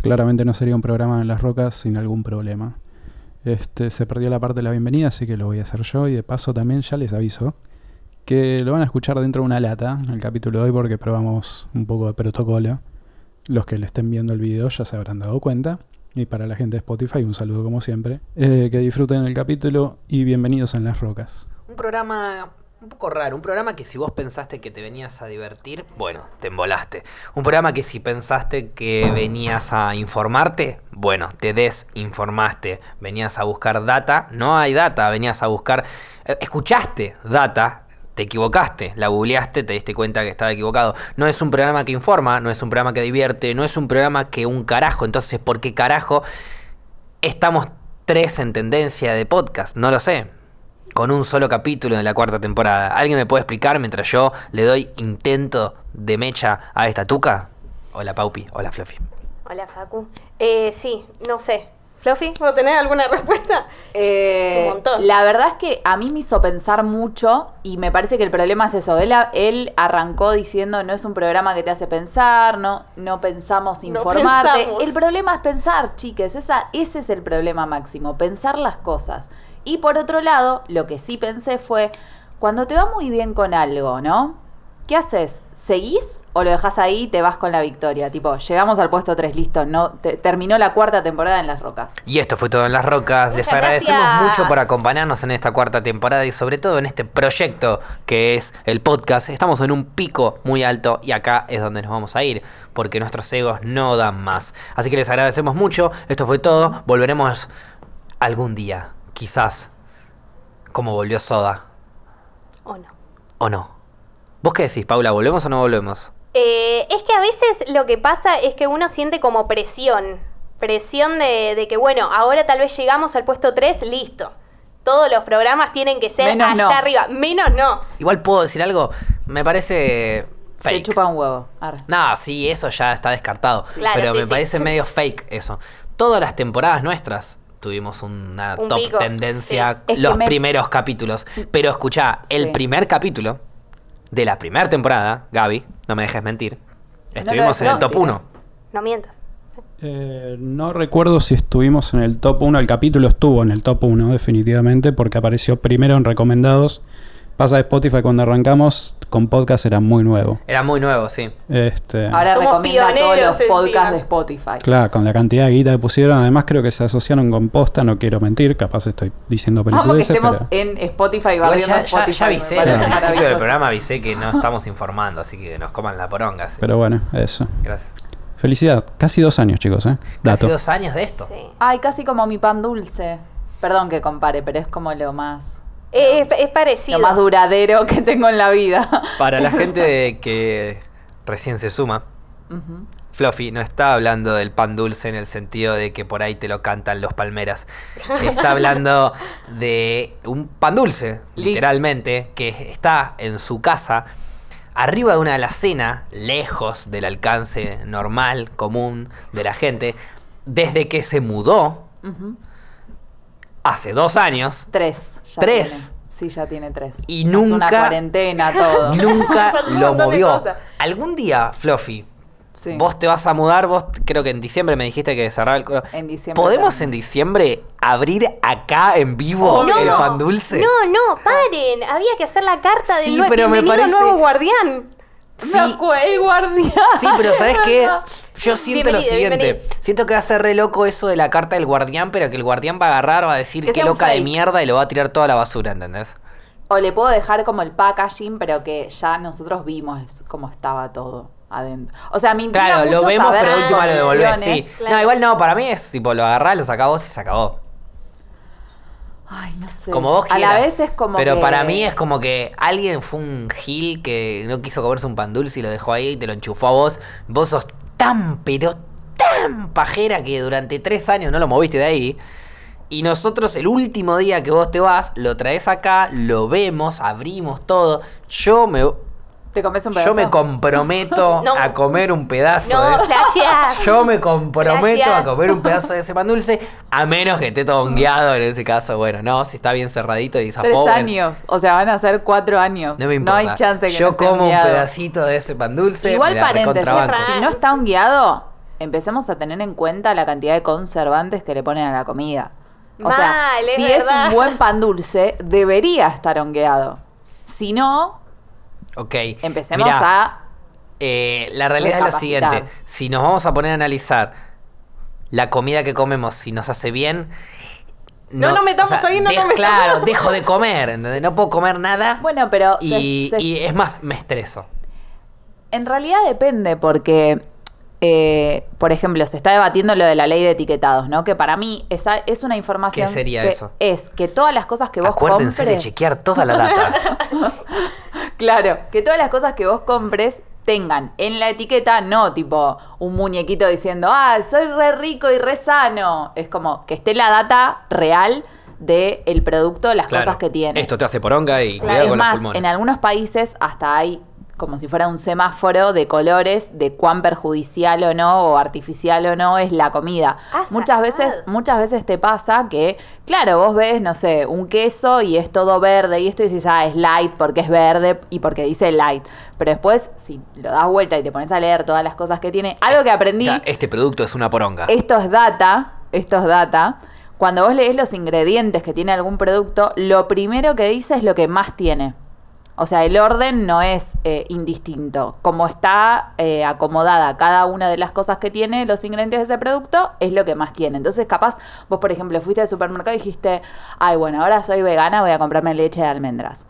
Claramente no sería un programa en las rocas sin algún problema. Este, se perdió la parte de la bienvenida, así que lo voy a hacer yo. Y de paso también ya les aviso que lo van a escuchar dentro de una lata, el capítulo de hoy, porque probamos un poco de protocolo. Los que le estén viendo el video ya se habrán dado cuenta. Y para la gente de Spotify, un saludo como siempre. Eh, que disfruten el capítulo y bienvenidos en las rocas. Un programa un poco raro, un programa que si vos pensaste que te venías a divertir, bueno, te embolaste. Un programa que si pensaste que venías a informarte, bueno, te desinformaste. Venías a buscar data, no hay data, venías a buscar... eh, Escuchaste data, te equivocaste, la googleaste, te diste cuenta que estaba equivocado. No es un programa que informa, no es un programa que divierte, no es un programa que un carajo. Entonces, ¿por qué carajo estamos tres en tendencia de podcast? No lo sé. Con un solo capítulo de la cuarta temporada. ¿Alguien me puede explicar mientras yo le doy intento de mecha a esta tuca? Hola Paupi, hola Fluffy. Hola, Facu. Eh, sí, no sé. Fluffy, ¿vos tenés alguna respuesta? Eh, Es un montón. La verdad es que a mí me hizo pensar mucho y me parece que el problema es eso. Él, él arrancó diciendo no es un programa que te hace pensar, no, no pensamos informarte. pensamos. El problema es pensar, chiques, esa, ese es el problema máximo, pensar las cosas. Y por otro lado, lo que sí pensé fue, cuando te va muy bien con algo, ¿no? ¿Qué haces? ¿Seguís o lo dejas ahí y te vas con la victoria? Tipo, llegamos al puesto 3, listo, no, te- terminó la cuarta temporada en las rocas. Y esto fue todo en Las Rocas. Les Muchas agradecemos gracias. mucho por acompañarnos en esta cuarta temporada y sobre todo en este proyecto que es el podcast. Estamos en un pico muy alto y acá es donde nos vamos a ir porque nuestros egos no dan más. Así que les agradecemos mucho. Esto fue todo. Volveremos algún día, quizás, como volvió Soda ¿O no? o no. ¿Vos qué decís, Paula? ¿Volvemos o no volvemos? Eh, es que a veces lo que pasa es que uno siente como presión. Presión de, de que, bueno, ahora tal vez llegamos al puesto 3, listo. Todos los programas tienen que ser Menos allá no. arriba. Menos no. Igual puedo decir algo. Me parece Te fake. chupa un huevo. Arre. No, sí, eso ya está descartado. Claro, pero sí, me sí. parece medio fake eso. Todas las temporadas nuestras tuvimos una Un top pico, tendencia sí. Es que los me- primeros capítulos. Pero escuchá, Sí. el primer capítulo de la primera temporada, Gaby, no me dejes mentir, estuvimos en dejes el top mentir. 1. No mientas. Eh, no recuerdo si estuvimos en el top 1. El capítulo estuvo en el top 1, definitivamente, porque apareció primero en recomendados. Pasa de Spotify cuando arrancamos, con podcast era muy nuevo. Era muy nuevo, sí. Este, Ahora Somos recomienda todos pioneros los podcasts encima. de Spotify. Claro, con la cantidad de guita que pusieron, además creo que se asociaron con posta, no quiero mentir, capaz estoy diciendo Vamos que pelotudeces, estemos pero... en Spotify Igual barriendo ya, ya, Spotify. ya avisé, me al parece principio del maravilloso. programa avisé que no estamos informando, así que nos coman la poronga. sí. pero bueno, eso. Gracias. Felicidad, casi dos años, chicos, ¿eh? Casi Dato. dos años de esto. Sí. Ay, casi como mi pan dulce. Perdón que compare, pero es como lo más Eh, es, es lo parecido. más duradero que tengo en la vida. Para la gente que recién se suma, Ujú. Fluffy no está hablando del pan dulce en el sentido de que por ahí te lo cantan los palmeras. Está hablando de un pan dulce, Li- literalmente, que está en su casa, arriba de una alacena, lejos del alcance normal, común de la gente, desde que se mudó Ujú. hace dos años. Tres. ya Tres. tiene. Sí, ya tiene tres. Y Es una nunca- cuarentena todo. Nunca Pasó un lo montón de movió. cosas. Algún día, Fluffy, Sí. Vos te vas a mudar, vos creo que en diciembre me dijiste que cerraba el coro. En diciembre ¿Podemos también. Oh, en diciembre abrir acá en vivo Obvio. el No, pan dulce? No, no, paren. Había que hacer la carta del Sí, nue- pero me bienvenido parece- nuevo guardián. Sí, Me acu- el guardián. sí, pero ¿sabes qué? Yo siento lo Bienvenido, siguiente. bienvenido. Siento que va a ser re loco eso de la carta del guardián, pero que el guardián va a agarrar, va a decir Que qué sea un loca de fake. mierda y lo va a tirar toda la basura, ¿entendés? O le puedo dejar como el packaging, pero que ya nosotros vimos cómo estaba todo adentro. O sea, me intriga Claro, lo mucho vemos, saber pero las de última lo devolvés, sí. condiciones. claro. No, igual no, para mí es tipo, lo agarrás, lo sacás vos y se acabó. Ay, no sé. Como vos quieras. A la vez es como Pero que- para mí es como que alguien fue un gil que no quiso comerse un pan dulce y lo dejó ahí y te lo enchufó a vos. Vos sos tan, pero tan pajera que durante tres años no lo moviste de ahí. Y nosotros el último día que vos te vas, lo traes acá, lo vemos, abrimos todo. Yo me, Te comes un pedazo. yo me comprometo No. a comer un pedazo de No, eso. flasheás. Yo me comprometo a Gracias. comer un pedazo de ese pan dulce, a menos que esté tongueado en ese caso. Bueno, no, si está bien cerradito y Tres zafó, bueno, años. O sea, van a ser cuatro años. no me importa. No hay chance que Yo no esté como un hongueado. pedacito de ese pan dulce, Igual me la paréntesis, recontrabanco. Fran. si no está hongueado, empecemos a tener en cuenta la cantidad de conservantes que le ponen a la comida. O sea, Mal, es si verdad. es un buen pan dulce, debería estar hongueado. Si no, Ok. empecemos Mirá, a Eh, la realidad es la Recapacitar. siguiente. Si nos vamos a poner a analizar la comida que comemos, si nos hace bien... No nos metamos ahí, no nos dej- metamos. Claro, dejo de comer, ¿entendés? No puedo comer nada. Bueno, pero se- y, se- y es más, me estreso. En realidad depende, porque, eh, por ejemplo, se está debatiendo lo de la ley de etiquetados, ¿no? Que para mí esa es una información. ¿Qué sería que eso? Es que todas las cosas que vos Acuérdense de compres. chequear toda la data. Claro, que todas las cosas que vos compres tengan en la etiqueta, no tipo un muñequito diciendo, ah, soy re rico y re sano. Es como que esté la data real del el producto, las Claro. cosas que tiene. Esto te hace poronga y cuidado es con más, los pulmones. en algunos países hasta hay como si fuera un semáforo de colores de cuán perjudicial o no o artificial o no es la comida. Ah, muchas sacado. veces, muchas veces te pasa que, claro, vos ves, no sé, un queso y es todo verde y esto y dices, ah, es light porque es verde y porque dice light. Pero después, si lo das vuelta y te pones a leer todas las cosas que tiene, algo que aprendí Ya, este producto es una poronga. esto es data, esto es data. Cuando vos lees los ingredientes que tiene algún producto, lo primero que dice es lo que más tiene. O sea, el orden no es eh, indistinto. Como está eh, acomodada cada una de las cosas que tiene, los ingredientes de ese producto, es lo que más tiene. Entonces, capaz, vos, por ejemplo, fuiste al supermercado y dijiste, ay, bueno, ahora soy vegana, voy a comprarme leche de almendras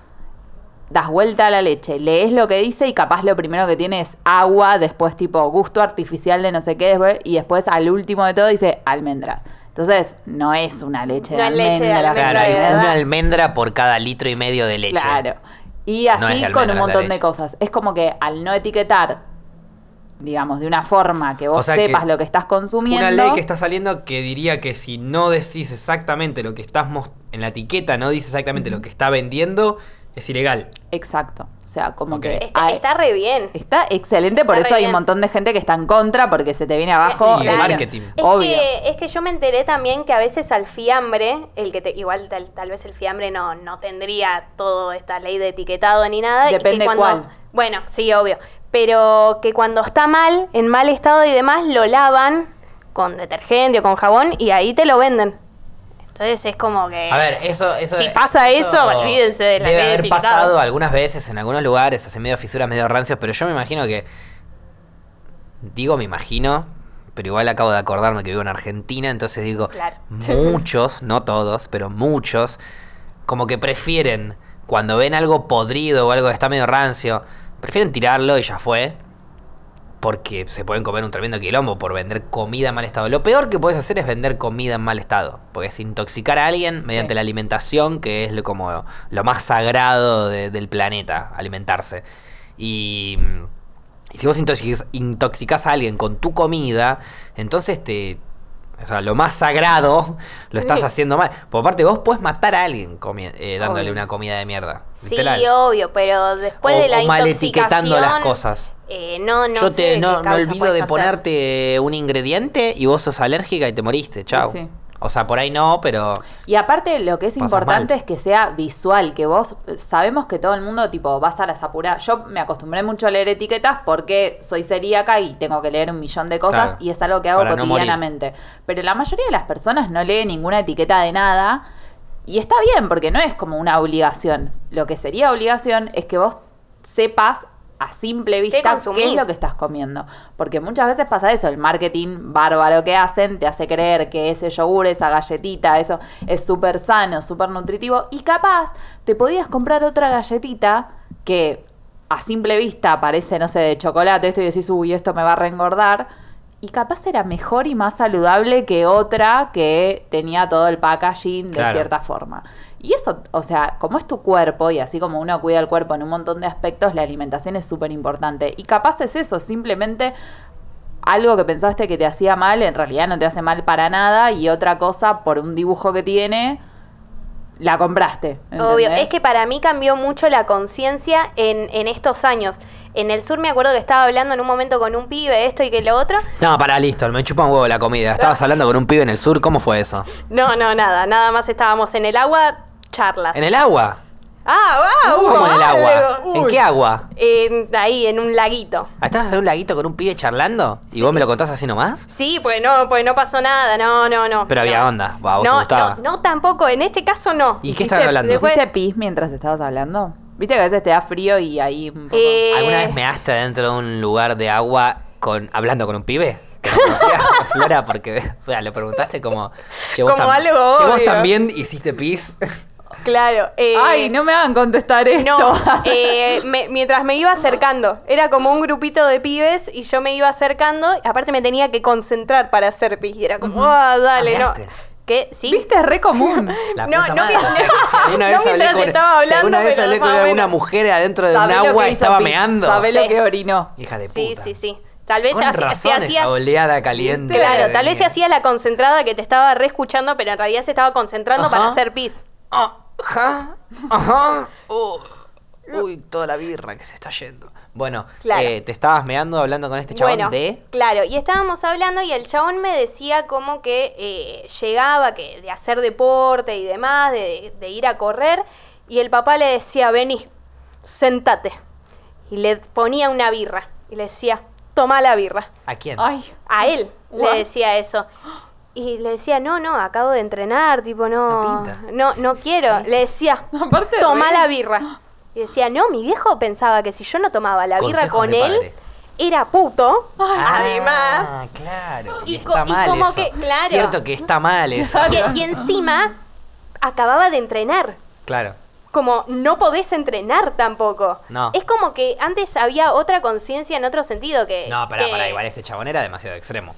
das vuelta a la leche, lees lo que dice y capaz lo primero que tiene es agua, después tipo gusto artificial de no sé qué, después- y después al último de todo dice almendras. Entonces, no es una leche de No es leche de almendras. claro, almendra hay de ¿verdad? una almendra por cada litro y medio de leche. Claro. Y No es así de almendras con un la montón de leche. cosas. Es como que al no etiquetar, digamos, de una forma que vos O sea que sepas lo que estás consumiendo. Una ley que está saliendo que diría que si no decís exactamente lo que estás mos- en la etiqueta, no dices exactamente lo que está vendiendo, es ilegal. Exacto. O sea, como Ok. que. Está, hay- está re bien. está excelente, por Está eso re hay un bien. montón de gente que está en contra porque se te viene abajo. Y el el- marketing. Es Obvio. que, es que yo me enteré también que a veces al fiambre, el que te, igual tal, tal vez el fiambre no, no tendría toda esta ley de etiquetado ni nada. y que Depende cuando- cuál. Bueno, sí, obvio. Pero que cuando está mal, en mal estado y demás, lo lavan con detergente o con jabón y ahí te lo venden. Entonces es como que... A ver, eso, eso Si pasa eso, olvídense de la Debe ley de haber etiquetado. pasado algunas veces en algunos lugares, hace medio fisuras, medio rancios, pero yo me imagino que digo me imagino, pero igual acabo de acordarme que vivo en Argentina, entonces digo, Claro. muchos, no todos, pero muchos como que prefieren cuando ven algo podrido o algo que está medio rancio, prefieren tirarlo y ya fue. Porque se pueden comer un tremendo quilombo por vender comida en mal estado. Lo peor que puedes hacer es vender comida en mal estado. Porque es intoxicar a alguien mediante Sí. la alimentación, que es lo, como lo más sagrado de- del planeta, alimentarse. Y, y si vos intoxicas, intoxicás a alguien con tu comida, entonces te. O sea, lo más sagrado lo estás haciendo mal. Por aparte, vos puedes matar a alguien comi- eh, dándole Obvio. una comida de mierda. Sí, literal. obvio, pero después O- de la o mal etiquetando las intoxicación, cosas. eh, no, no Yo sé te qué no, no causa olvido puedes de hacer. ponerte un ingrediente y vos sos alérgica y te moriste, chao. sí. O sea, por ahí no, pero Y aparte lo que es Pasas importante mal. es que sea visual, que vos sabemos que todo el mundo tipo vas a las apuradas. Yo me acostumbré mucho a leer etiquetas porque soy celíaca y tengo que leer un millón de cosas Claro, y es algo que hago para no morir. cotidianamente. Pero la mayoría de las personas no lee ninguna etiqueta de nada y está bien porque no es como una obligación. Lo que sería obligación es que vos sepas a simple vista qué es consumís? lo que estás comiendo. Porque muchas veces pasa eso, el marketing bárbaro que hacen te hace creer que ese yogur, esa galletita, eso es súper sano, súper nutritivo y capaz te podías comprar otra galletita que a simple vista parece, no sé, de chocolate, esto y decís, uy, esto me va a reengordar. Y capaz era mejor y más saludable que otra que tenía todo el packaging de Claro. cierta forma. Y eso, o sea, como es tu cuerpo y así como uno cuida el cuerpo en un montón de aspectos, la alimentación es súper importante. Y capaz es eso, simplemente algo que pensaste que te hacía mal, en realidad no te hace mal para nada y otra cosa por un dibujo que tiene, la compraste. Obvio, ¿entendés? es que para mí cambió mucho la conciencia en, en estos años. En el sur me acuerdo que estaba hablando en un momento con un pibe, esto y que lo otro. no, pará, listo, me chupa un huevo la comida. Estabas hablando con un pibe en el sur, ¿cómo fue eso? No, no, nada, nada más estábamos en el agua, charlas. En el agua. Ah, ah, hubo ¿Cómo en el agua? algo. ¿En Uy. qué agua? En- ahí, en un laguito. Ah, ¿Estás en un laguito con un pibe charlando? ¿Y vos me lo contás así nomás? Sí, pues no, pues no pasó nada, no, no, no. Pero había No. onda, va, a vos te No, gustaba. no, no tampoco, en este caso no. ¿Y qué estaban hablando? después- ¿Hiciste pis mientras estabas hablando? Viste que a veces te da frío y ahí un poco- Eh, ¿Alguna vez measte dentro de un lugar de agua con hablando con un pibe? Que no conocías Flora porque, o sea, lo preguntaste como... Che, Como tam- algo che, vos obvio. también hiciste pis. Claro. eh, Ay, no me hagan contestar esto. No, eh, me- mientras me iba acercando, era como un grupito de pibes y yo me iba acercando, y aparte me tenía que concentrar para hacer pis, y era como, ah, dale, no. ¿Cambiaste? ¿Qué? ¿Sí? Viste, es re común. La No, puta no madre, o mi- sea, si alguna no vez hablé mientras con, estaba si alguna hablando, vez pero hablé con más o alguna menos. mujer adentro de un Sabés lo que agua y hizo estaba pis, meando. Sabés lo Sí. que orinó. Hija de Sí, puta. sí, sí. Tal vez Con hacía- razón se hacía... esa oleada caliente. Claro, tal vez se venía. hacía la concentrada que te estaba re escuchando, pero en realidad se estaba concentrando Ajá. para hacer pis. Ajá, Ah, ajá. uh, uy, toda la birra que se está yendo. Bueno, Claro. eh, te estabas meando hablando con este chabón bueno, de. Claro, y estábamos hablando y el chabón me decía como que eh, llegaba que de hacer deporte y demás, de, de ir a correr, y el papá le decía, vení, sentate. Y le ponía una birra y le decía, toma la birra. ¿A quién? Ay. A él What? le decía eso. Y le decía, no, no, acabo de entrenar, tipo, no. No pinta. No, no quiero. Le decía, Aparte, toma re- la birra. Y decía, no, mi viejo pensaba que si yo no tomaba la birra Consejos con de él, padre. era puto. Ah, Además. Claro. Y, Y co- está y mal como eso. que- claro. Cierto que está mal eso. Y, y encima, acababa de entrenar. Claro. Como no podés entrenar tampoco. No. Es como que antes había otra conciencia en otro sentido que. No, pará, que- pará, igual este chabón era demasiado extremo.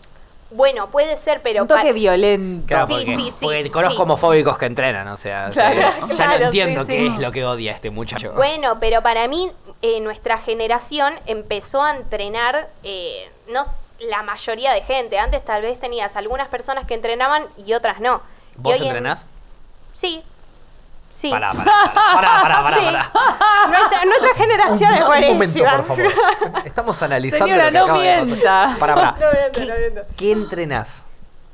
Bueno, puede ser, pero. Un toque pa- violento. Claro, Sí, porque, sí, sí, porque sí. conozco homofóbicos que entrenan, o sea, Claro, ya- ya claro, no entiendo sí, qué sí. es lo que odia este muchacho. Bueno, pero para mí, eh, nuestra generación empezó a entrenar, eh, no s- la mayoría de gente. Antes tal vez tenías algunas personas que entrenaban y otras no. Y ¿Vos hoy en- entrenás? Sí. Sí. Pará, pará, pará, pará, pará, Sí. pará. Nuestra, nuestra generación es Un momento, buenísima. por favor. Estamos analizando Señora, lo que no acaba de mienta. pasar. Pará, pará. No mienta, ¿Qué, no mienta. qué entrenás?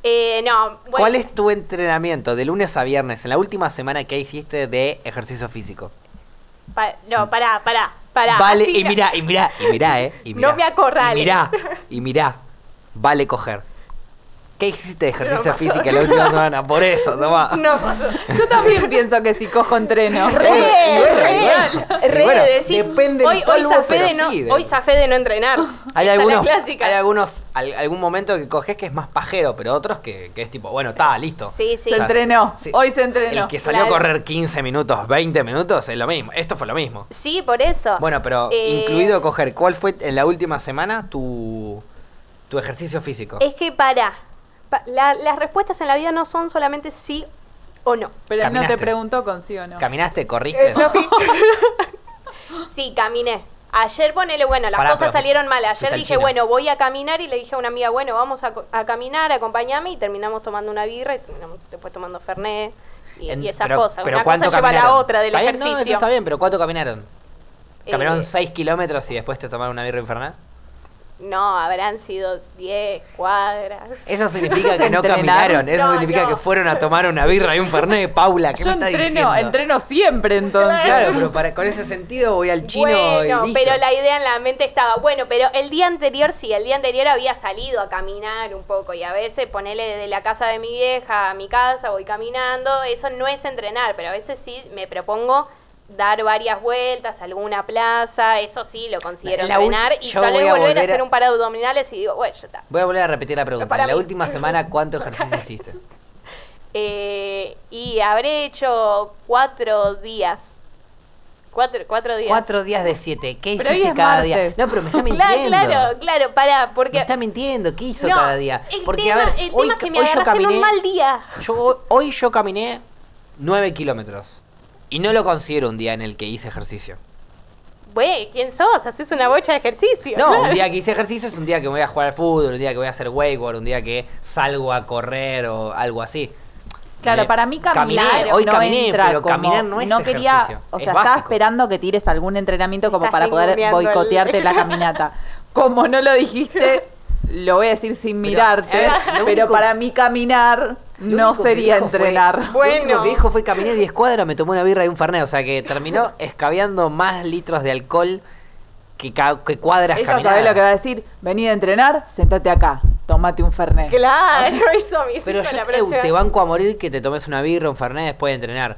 Eh, no, bueno, ¿Cuál es tu entrenamiento de lunes a viernes en la última semana que hiciste de ejercicio físico? pa- no, pará, pará, pará. vale, Así y no- mirá, y mirá, y mirá, eh. y No mirá, me acorrales. Y mirá, y mirá. Vale coger. ¿Qué hiciste de ejercicio No pasó. físico en la última semana? Por eso, tomá. No pasó. Yo también pienso que si cojo entreno. Re, Y bueno, y bueno, re, y re, bueno, decís, depende del hoy, hoy polvo, zafé pero de no, sí, de- hoy zafé de no entrenar. Hay Esa es la algunos, clásica. hay algunos, al- algún momento que coges que es más pajero, pero otros que, que es tipo, bueno, está, listo. Sí, sí. Se entrenó. sí. Hoy se entrenó. El que salió Claro. a correr 15 minutos, 20 minutos, es lo mismo. Esto fue lo mismo. Sí, por eso. Bueno, pero Eh, incluido coger, ¿cuál fue en la última semana tu, tu ejercicio físico? Es que para. Pa- la- las respuestas en la vida no son solamente sí o no. Pero no te Caminaste. preguntó con sí o no. ¿Caminaste? ¿Corriste? Sí, caminé. Ayer ponele, bueno, las Pará, cosas pero- salieron mal. ¿fuiste Ayer al dije, chino? bueno, voy a caminar y le dije a una amiga, bueno, vamos a, co- a caminar, acompáñame y terminamos tomando una birra y terminamos después tomando Fernet y, En- y esas pero- cosas. pero una ¿cuánto cosa lleva a la caminaron? otra del Está bien, no, ejercicio. eso está bien, pero ¿cuánto caminaron? Eh, ¿Caminaron 6 kilómetros y después te tomaron una birra infernal? No, habrán sido 10 cuadras. Eso significa es que no entrenar. caminaron, eso No, significa no. que fueron a tomar una birra y un fernet. Paula, ¿qué Yo me estás entreno, diciendo? entreno siempre entonces. Claro, pero para- con ese sentido voy al chino bueno, y listo. pero la idea en la mente estaba, bueno, pero el día anterior sí, el día anterior había salido a caminar un poco y a veces ponerle de la casa de mi vieja a mi casa, voy caminando, eso no es entrenar, pero a veces sí me propongo dar varias vueltas, alguna plaza, eso sí lo considero La ulti- entrenar y yo tal vez voy a volver, a volver a- hacer un par de abdominales y digo, bueno, ya está. Voy a volver a repetir la pregunta. Para en la mí. última semana, ¿cuánto ejercicio hiciste? Eh, y habré hecho cuatro días. Cuatro, cuatro días. Cuatro días de siete. ¿Qué Pero hoy hiciste es cada martes. día? No, pero me está Claro, mintiendo. claro, claro, para, porque... Me está mintiendo. ¿Qué hizo No, cada día? el Porque, tema, a ver, el hoy, tema es que me hoy yo agarrás en caminé. un mal día. Yo, hoy yo caminé nueve kilómetros. Y no lo considero un día en el que hice ejercicio. Güey, ¿quién sos? Haces una bocha de ejercicio. No, Claro. un día que hice ejercicio es un día que me voy a jugar al fútbol, un día que voy a hacer wakeboard, un día que salgo a correr o algo así. Claro, Me- para mí caminé, caminar hoy no caminé, entra pero como- caminar no es quería, ejercicio, O es sea, estaba básico. esperando que tires algún entrenamiento como Estás para poder ninguneando el- boicotearte la caminata. Como no lo dijiste, lo voy a decir sin Pero, mirarte, a ver, lo pero único- para mí caminar Lo No único que sería dijo fue- entrenar. Bueno. Lo único que dijo fue caminé 10 cuadras, me tomé una birra y un fernet. O sea que terminó escabeando más litros de alcohol que, ca- que cuadras Ella caminadas. sabe lo que va a decir. Vení a entrenar, sentate acá, tómate un fernet. Claro, eso me Ah, Pero hiciste yo la eu, próxima. te banco a morir que te tomes una birra, un fernet después de entrenar.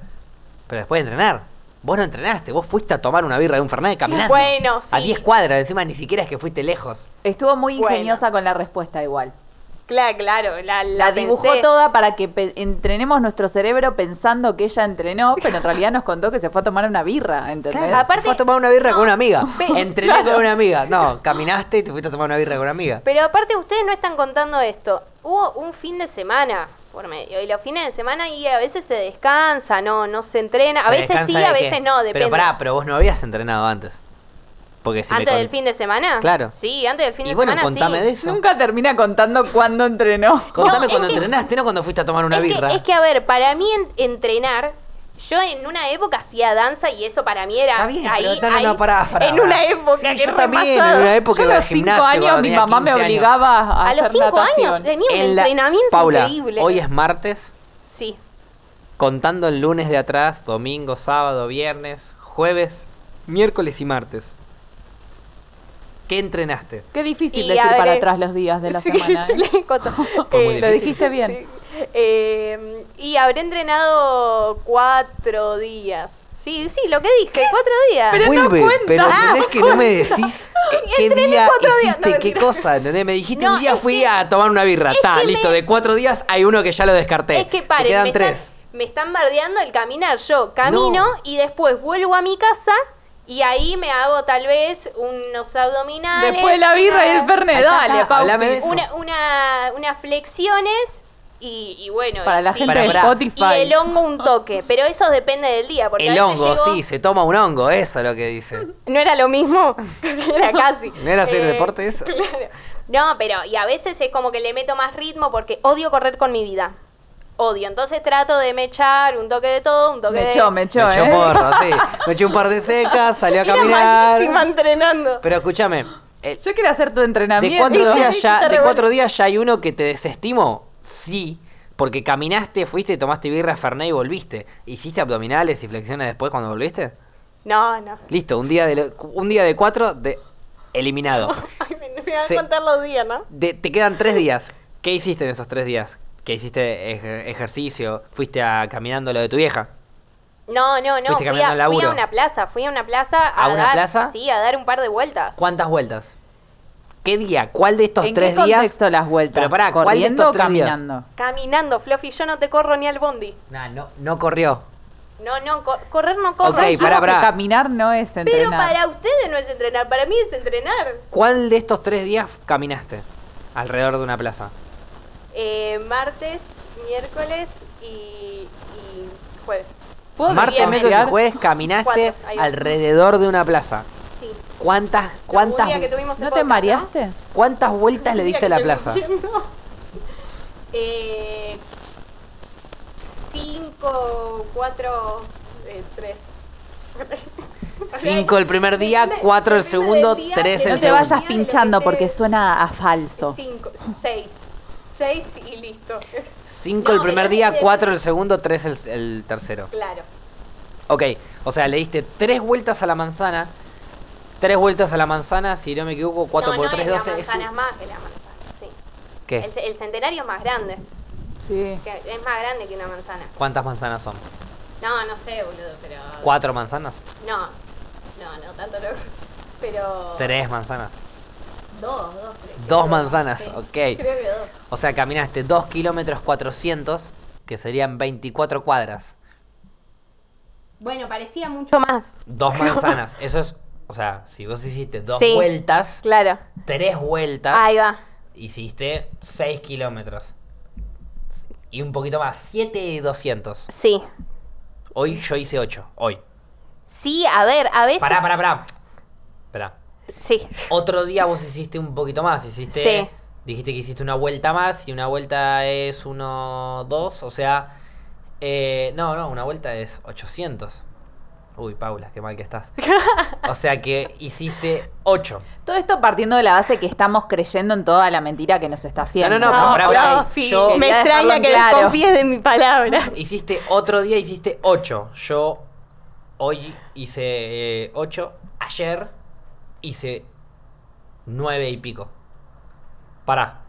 Pero después de entrenar, vos no entrenaste, vos fuiste a tomar una birra y un fernet caminando. Bueno, A sí. 10 cuadras, encima ni siquiera es que fuiste lejos. Estuvo muy Bueno. ingeniosa con la respuesta igual. Claro, claro, la, la, La, dibujó pensé. toda para que pe- entrenemos nuestro cerebro pensando que ella entrenó, pero en realidad nos contó que se fue a tomar una birra, ¿entendés? Claro, se aparte- fue a tomar una birra con una amiga. Pe- Entrené con una amiga. No, caminaste y te fuiste a tomar una birra con una amiga. Pero aparte ustedes no están contando esto. Hubo un fin de semana por medio y los fines de semana y a veces se descansa, no, no se entrena, a Se veces descansa sí, de a que- veces no, depende. Pero pará, pero vos no habías entrenado antes. Porque si me antes con- del fin de semana. Claro. Sí, antes del fin Y de bueno, semana. contame sí. de eso. Nunca termina contando cuándo entrenó. Contame No, cuando es que- entrenaste, no cuando fuiste a tomar una es, birra. Que, es que, a ver, para mí en- entrenar, yo en una época hacía danza y eso para mí era. Está bien, ahí, pero dale ahí, una parada, parada. En una época. Sí, que yo re también, pasado. en una época Yo iba a al los cinco gimnasio. cuando años mi tenía mamá me 15 años. obligaba a, A los hacer 5 natación. años tenía un En la- entrenamiento Paula, increíble. Hoy es martes, Sí. contando el lunes de atrás, domingo, sábado, viernes, jueves, miércoles y martes. ¿Qué entrenaste? Qué difícil Y decir a ver, para eh, atrás los días de la Sí, semana. sí, ¿eh? le contó. Fue muy Eh, Lo difícil. dijiste bien. Sí. Eh, y habré entrenado cuatro días. Sí, sí, lo que dije, cuatro días. Pero no Vuelve, cuenta. pero Ah, entendés que no me decís qué día cuatro días. hiciste No, qué mentira. cosa, ¿entendés? Me dijiste No, un día es fui que- a tomar una birra, está, que me- listo, de cuatro días hay uno que ya lo descarté. es que Te paren, quedan me, tres. Están, me están bardeando el caminar. Yo camino No. y después vuelvo a mi casa y ahí me hago tal vez unos abdominales. Después la birra y el una- fernet, Acá, dale, acá, Pau. hablame de eso. Una, una, unas flexiones y, y bueno. Para la sí. gente Para, de para. Spotify. Y el hongo un toque, pero eso depende del día. Porque El a veces hongo, llego- sí, se toma un hongo, eso es lo que dicen. No era lo mismo, era casi. Eh, ¿No era hacer deporte eso? claro. No, pero y a veces es como que le meto más ritmo porque odio correr con mi vida. Odio, entonces trato de mechar un toque de todo, un toque Me de... echó, me echó, me echó ¿eh? porro, sí. Me eché un par de secas, salió a Era malísima caminar. entrenando. Pero escúchame, el- Yo quiero hacer tu Eh, de entrenamiento. cuatro días ya, de revuelto. cuatro días ya hay uno que te desestimo, sí. Porque caminaste, fuiste, tomaste birra, fernet y volviste. ¿Hiciste abdominales y flexiones después cuando volviste? No, no. Listo, un día de, lo- un día de cuatro, de, eliminado. Ay, me, me van Sí. a contar los días, ¿no? De- te quedan tres días. ¿Qué hiciste en esos tres días? ¿Qué hiciste ej- ejercicio? ¿Fuiste a caminando lo de tu vieja? No, no, no. Fuiste Fui caminando a, al laburo. fui a una plaza, fui a una plaza a, ¿A una dar- plaza? Sí, a dar un par de vueltas. ¿Cuántas vueltas? ¿Qué día? ¿Cuál de estos ¿En tres qué días? contexto las vueltas? Pero pará, ¿cuál de ¿Corriendo estos o tres días? caminando? Caminando, Fluffy, yo no te corro ni al bondi. Nah, no, no corrió. No, no, cor- correr no corro. Ok, pará, Dijimos pará. que caminar no es Pero entrenar. para ustedes no es entrenar, para mí es entrenar. ¿Cuál de estos tres días caminaste alrededor de una plaza? Eh, martes, miércoles y, y jueves. ¿Puedo Martes, bien, miércoles y confiar? jueves caminaste Cuatro, ahí va. alrededor de una plaza. Sí. ¿Cuántas, cuántas, Algún día que tuvimos el ¿No te podcast, mareaste? cuántas vueltas le Algún día diste que a la estuvimos plaza? haciendo. Eh, cinco, cuatro, eh, tres. Cinco el primer día, Depende- cuatro el depende segundo, del día, tres pero el No no te segundo. vayas pinchando porque suena a falso. Cinco, seis. Seis y listo. Cinco el No, primer pero día, es- cuatro el segundo, tres el, el tercero. Claro. Ok, o sea, le diste tres vueltas a la manzana. Tres vueltas a la manzana, si no me equivoco, cuatro no, por no tres, es doce. La es un- manzana es más que la manzana, sí. ¿Qué? El, ce- el centenario es más grande. Sí. que es más grande que una manzana. ¿Cuántas manzanas son? No, no sé, boludo, pero. ¿Cuatro manzanas? No. No, no, tanto no. Pero. ¿Tres manzanas? Dos, dos, tres. Dos Creo que manzanas, sí. ok. Creo que dos. O sea, caminaste dos kilómetros 400, que serían 24 cuadras. Bueno, parecía mucho más. Dos manzanas. Eso es, o sea, si vos hiciste dos Sí. vueltas, Claro. tres vueltas, Ahí va. hiciste seis kilómetros. Y un poquito más, siete y 200. Sí. Hoy yo hice ocho, hoy. Sí, a ver, a veces. Pará, pará, pará. Pará. Sí. Otro día vos hiciste un poquito más, hiciste... Sí. Dijiste que hiciste una vuelta más y una vuelta es uno, dos, o sea... eh, no, no, una vuelta es 800. Uy, Paula, qué mal que estás. O sea que hiciste 8. Todo esto partiendo de la base que estamos creyendo en toda la mentira que nos está haciendo. No, No, pará, pará. no, Yo Fi, quería me dejarlo extraña en que claro. desconfíes de mi palabra. Hiciste otro día, hiciste 8. Yo hoy hice 8. Ayer hice 9 y pico. Pará.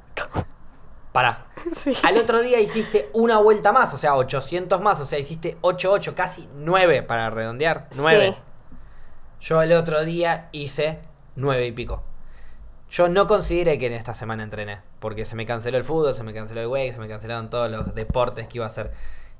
Pará. Sí. Al otro día hiciste una vuelta más, o sea, 800 más, o sea, hiciste 8, 8, casi 9 para redondear. 9. Sí. Yo el otro día hice 9 y pico. Yo no consideré que en esta semana entrené, porque se me canceló el fútbol, se me canceló el wake, se me cancelaron todos los deportes que iba a hacer.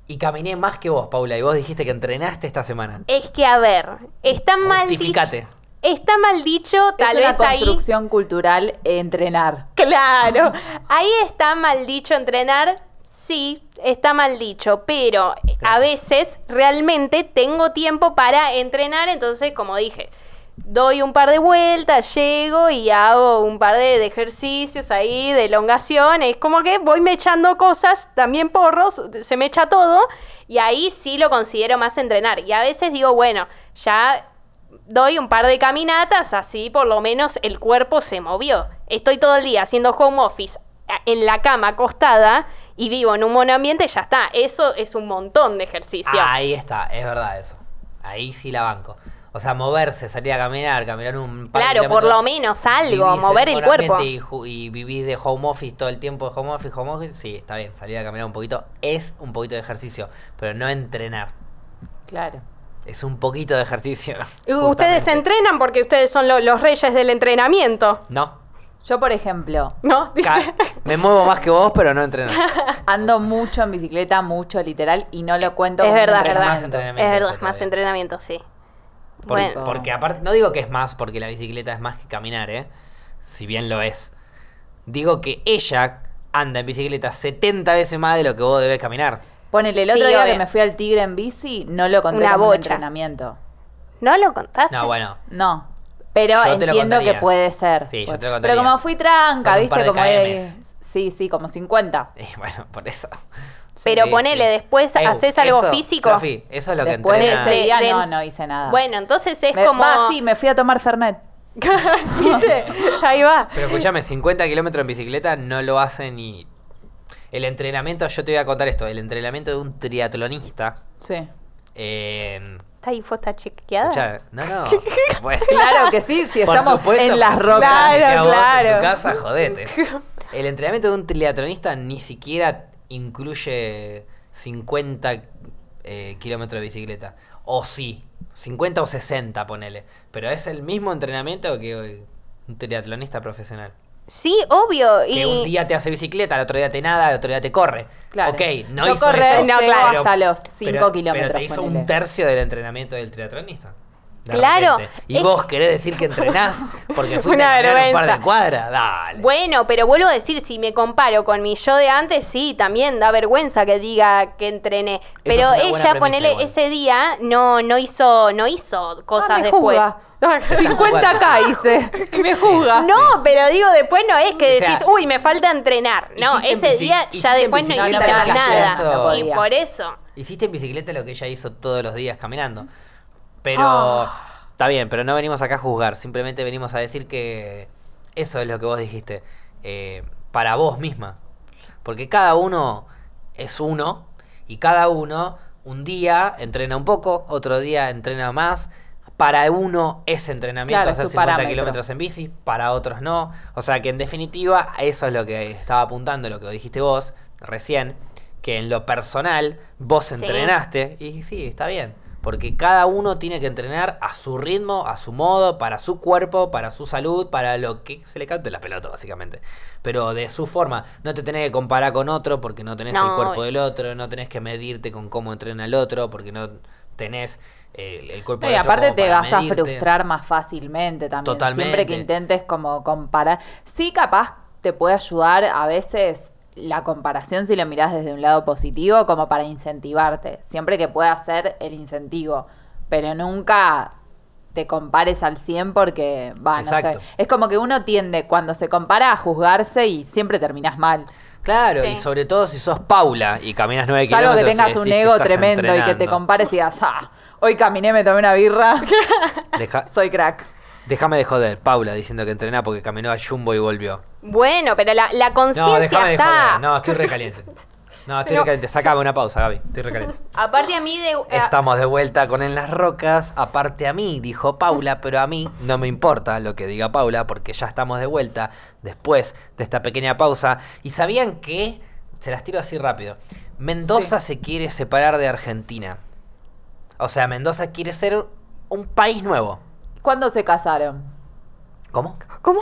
Y caminé más que vos, Paula, y vos dijiste que entrenaste esta semana. Es que, a ver, está mal dicho. Justificate. Está mal dicho, tal es una vez ahí. construcción cultural entrenar. Claro, ahí está mal dicho entrenar. Sí, está mal dicho, pero eh, a veces realmente tengo tiempo para entrenar, entonces como dije, doy un par de vueltas, llego y hago un par de, de ejercicios ahí, de elongaciones, como que voy me echando cosas, también porros, se me echa todo, y ahí sí lo considero más entrenar. Y a veces digo, bueno, ya doy un par de caminatas, así por lo menos el cuerpo se movió. Estoy todo el día haciendo home office a- en la cama acostada y vivo en un monoambiente, ya está. Eso es un montón de ejercicio. Ahí está, es verdad eso. Ahí sí la banco. O sea, moverse, salir a caminar, caminar un par de claro, por lo kilómetros. menos algo, vivís mover en el un cuerpo. ambiente Y, ju- y vivís de home office todo el tiempo de home office, home office. Sí, está bien, salir a caminar un poquito es un poquito de ejercicio, pero no entrenar. Claro. Es un poquito de ejercicio. Ustedes justamente. entrenan porque ustedes son lo- los reyes del entrenamiento. No. Yo, por ejemplo, ¿No? ca- me muevo más que vos, pero no entreno. ando mucho en bicicleta, mucho literal, y no lo cuento Es como un verdad, entrenamiento. más es entrenamiento. verdad, eso más todavía. entrenamiento, sí. Por- Bueno. Porque aparte, no digo que es más, porque la bicicleta es más que caminar, ¿eh? Si bien lo es. Digo que ella anda en bicicleta 70 veces más de lo que vos debes caminar. Ponele, el Sí, otro día obvio. que me fui al Tigre en bici, no lo conté Una como un bocha. entrenamiento. ¿No lo contaste? No, bueno. No. Pero Yo te lo entiendo que contaría. puede ser. Sí, yo Pues- te lo Pero contaría. como fui Son tranca, un par viste, de como KMs. es. Sí, sí, como 50. Y eh, bueno, por eso. Pero ponele, después haces algo Eh, eso, físico. Fluffy, eso es lo Después que de entrena. ese día De- no, no hice nada. Ah. Bueno, entonces es Me- como... va, sí, me fui a tomar Fernet. ¿Viste? Ahí va. Pero escúchame, 50 kilómetros en bicicleta no lo hace ni... El entrenamiento, yo te voy a contar esto, el entrenamiento de un triatlonista... Sí. en- ¿Esta info está chequeada? escuchá, no, no, por supuesto. Claro que sí, si Por estamos supuesto en que las sí, rocas. Ah, que a Claro, vos En claro. tu casa, jodete. El entrenamiento de un triatlonista ni siquiera incluye 50 eh, kilómetros de bicicleta. O sí, 50 o 60, ponele. Pero es el mismo entrenamiento que eh, un triatlonista profesional. Sí, obvio. Que un Y día te hace bicicleta, al otro día te nada, al otro día te corre. Claro. Ok, no Yo hizo correr eso, no, pero- claro. hasta los cinco pero- kilómetros, Pero te hizo ponele. un tercio del entrenamiento del triatlonista. de Claro, repente. Y es- vos querés decir que entrenás porque fuiste Una a caminar un par vergüenza. de cuadras. Dale. bueno, pero vuelvo a decir, si me comparo con mi yo de antes, sí, también da vergüenza que diga que entrené. es una Pero buena ella, premisa ponele, igual. ese día no, no hizo, no hizo cosas Ah, me después. juzga. 50k hice. Me juzga. No, pero digo, después no es que O sea, decís, uy, me falta entrenar. No, hiciste en ese bici- día hiciste ya en después no bicicleta hizo lo que nada. hizo- No y podía. por eso. Hiciste en bicicleta lo que ella hizo todos los días caminando. Pero. Ah. Está bien, pero no venimos acá a juzgar. Simplemente venimos a decir que. Eso es lo que vos dijiste. eh, para vos misma. Porque cada uno es uno. Y cada uno un día entrena un poco, otro día entrena más. Para uno es entrenamiento Claro, es hacer tu 50 parámetro. kilómetros en bici, para otros no. O sea que en definitiva eso es lo que estaba apuntando, lo que dijiste vos recién, que en lo personal vos Sí. entrenaste y sí, está bien. Porque cada uno tiene que entrenar a su ritmo, a su modo, para su cuerpo, para su salud, para lo que se le cante la pelota, básicamente. Pero de su forma. No te tenés que comparar con otro porque no tenés el No, cuerpo obvio. del otro, no tenés que medirte con cómo entrena el otro porque no tenés eh, el, cuerpo No, y del otro. aparte como te para vas a medirte. frustrar más fácilmente también. Siempre Totalmente. que intentes como comparar. Sí, capaz te puede ayudar a veces la comparación si lo mirás desde un lado positivo, como para incentivarte. Siempre que pueda ser el incentivo. Pero nunca te compares al 100 porque, va, no sé. Exacto. Es como que uno tiende cuando se compara a juzgarse y siempre terminás mal. Claro, Sí. y sobre todo si sos Paula y caminas 9 Salvo kilómetros. que y tengas decís un que ego estás tremendo y que te entrenando. compares y digas, ah, hoy caminé, me tomé una birra, Deja- soy crack. déjame de joder, Paula diciendo que entrená porque caminó a Jumbo y volvió. Bueno, pero la, la No, conciencia déjame de está. joder. No, estoy recaliente. No, estoy Pero- recaliente. Sácame una pausa, Gaby. Estoy recaliente. Aparte a mí de... eh, Eh, Estamos de vuelta con En las Rocas. Aparte a mí, dijo Paula, pero a mí no me importa lo que diga Paula porque ya estamos de vuelta después de esta pequeña pausa. ¿Y sabían que Se las tiro así rápido. Mendoza se quiere separar de Argentina. O sea, Mendoza quiere ser un país nuevo. ¿Cuándo se casaron? ¿Cómo? ¿Cómo?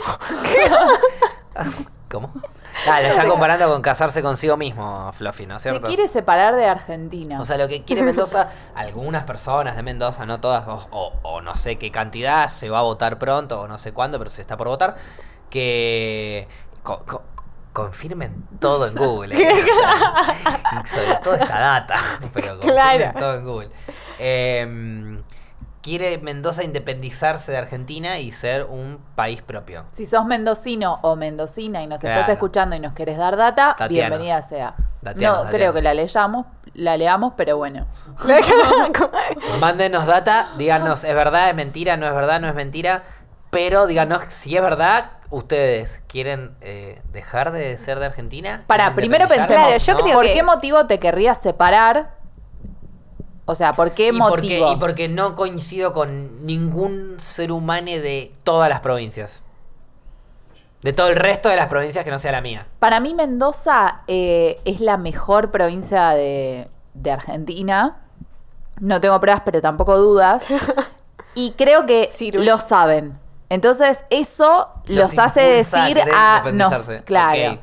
¿Cómo? Ah, lo está comparando con casarse consigo mismo, Fluffy, ¿no es Se cierto? quiere separar de Argentina. O sea, lo que quiere Mendoza, algunas personas de Mendoza, no todas, o, o- o no sé qué cantidad, se va a votar pronto, o no sé cuándo, pero se está por votar, que co- co- confirmen todo en Google. ¿eh? O sea, sobre todo esta data, pero confirmen Claro. todo en Google. Em, quiere Mendoza independizarse de Argentina y ser un país propio. si sos mendocino o mendocina y nos estás Claro. escuchando y nos querés dar data, Tatianos. bienvenida sea. Tatianos, no, Tatianos. creo que la leyamos, la leamos, pero bueno. Mándenos data, díganos, ¿es verdad, es mentira, no es verdad, no es mentira? Pero díganos, si es verdad, ¿ustedes quieren eh, dejar de ser de Argentina? Para, ¿Quieren primero pensemos, independizarse? Claro, yo ¿No? creo ¿por que- qué motivo te querrías separar? O sea, ¿por qué Y motivo? porque, y porque no coincido con ningún ser humano de todas las provincias. De todo el resto de las provincias que no sea la mía. Para mí Mendoza eh, es la mejor provincia de, de Argentina. No tengo pruebas, pero tampoco dudas. Y creo que Sirve. lo saben. Entonces eso Los los, hace impulsa a decir querer a nos. independizarse. Claro. Ok.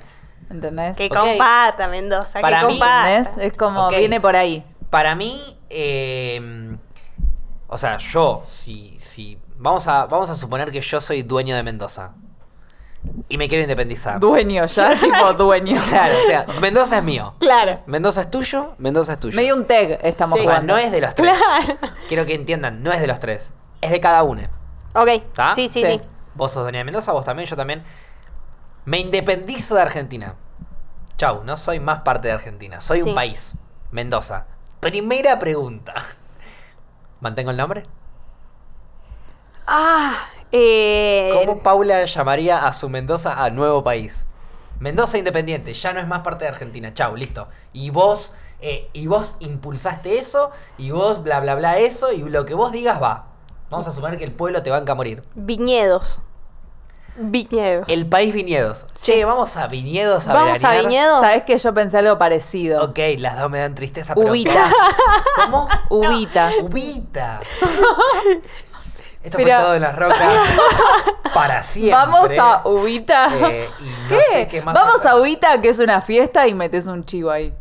¿Entendés? Que Ok. comparta, Mendoza, Para que mí, comparta. ¿Entendés? Es como Ok. viene por ahí. Para mí, eh, o sea, yo, si, si vamos, a, vamos a suponer que yo soy dueño de Mendoza y me quiero independizar. Dueño, ya tipo dueño. Claro, o sea, Mendoza es mío. Claro. Mendoza es tuyo, Mendoza es tuyo. Medio un tag estamos o sea, jugando. no es de los tres. Quiero que entiendan, no es de los tres. Es de cada uno. Ok. ¿Está? Sí, sí, Sí. sí. Vos sos dueña de Mendoza, vos también, yo también. Me independizo de Argentina. Chau, no soy más parte de Argentina. Soy Sí. un país. Mendoza. Primera pregunta. ¿Mantengo el nombre? Ah, eh, ¿Cómo Paula llamaría a su Mendoza a nuevo país? Mendoza independiente, ya no es más parte de Argentina. Chau, listo. Y vos, eh, y vos impulsaste eso, y vos bla bla bla eso, y lo que vos digas va. Vamos a suponer que el pueblo te banca a morir. Viñedos. Viñedos. El país viñedos. Che, vamos a viñedos a Vamos a veranear. Viñedos. Sabes que yo pensé algo parecido. Ok, las dos me dan tristeza, pero. Ubita, ¿Cómo? ubita. Ubita. Esto fue Pero- todo en las rocas. Para siempre. Vamos a ubita. Eh, y no ¿Qué? sé qué más Vamos hacer. a Ubita, que es una fiesta, y metes un chivo ahí.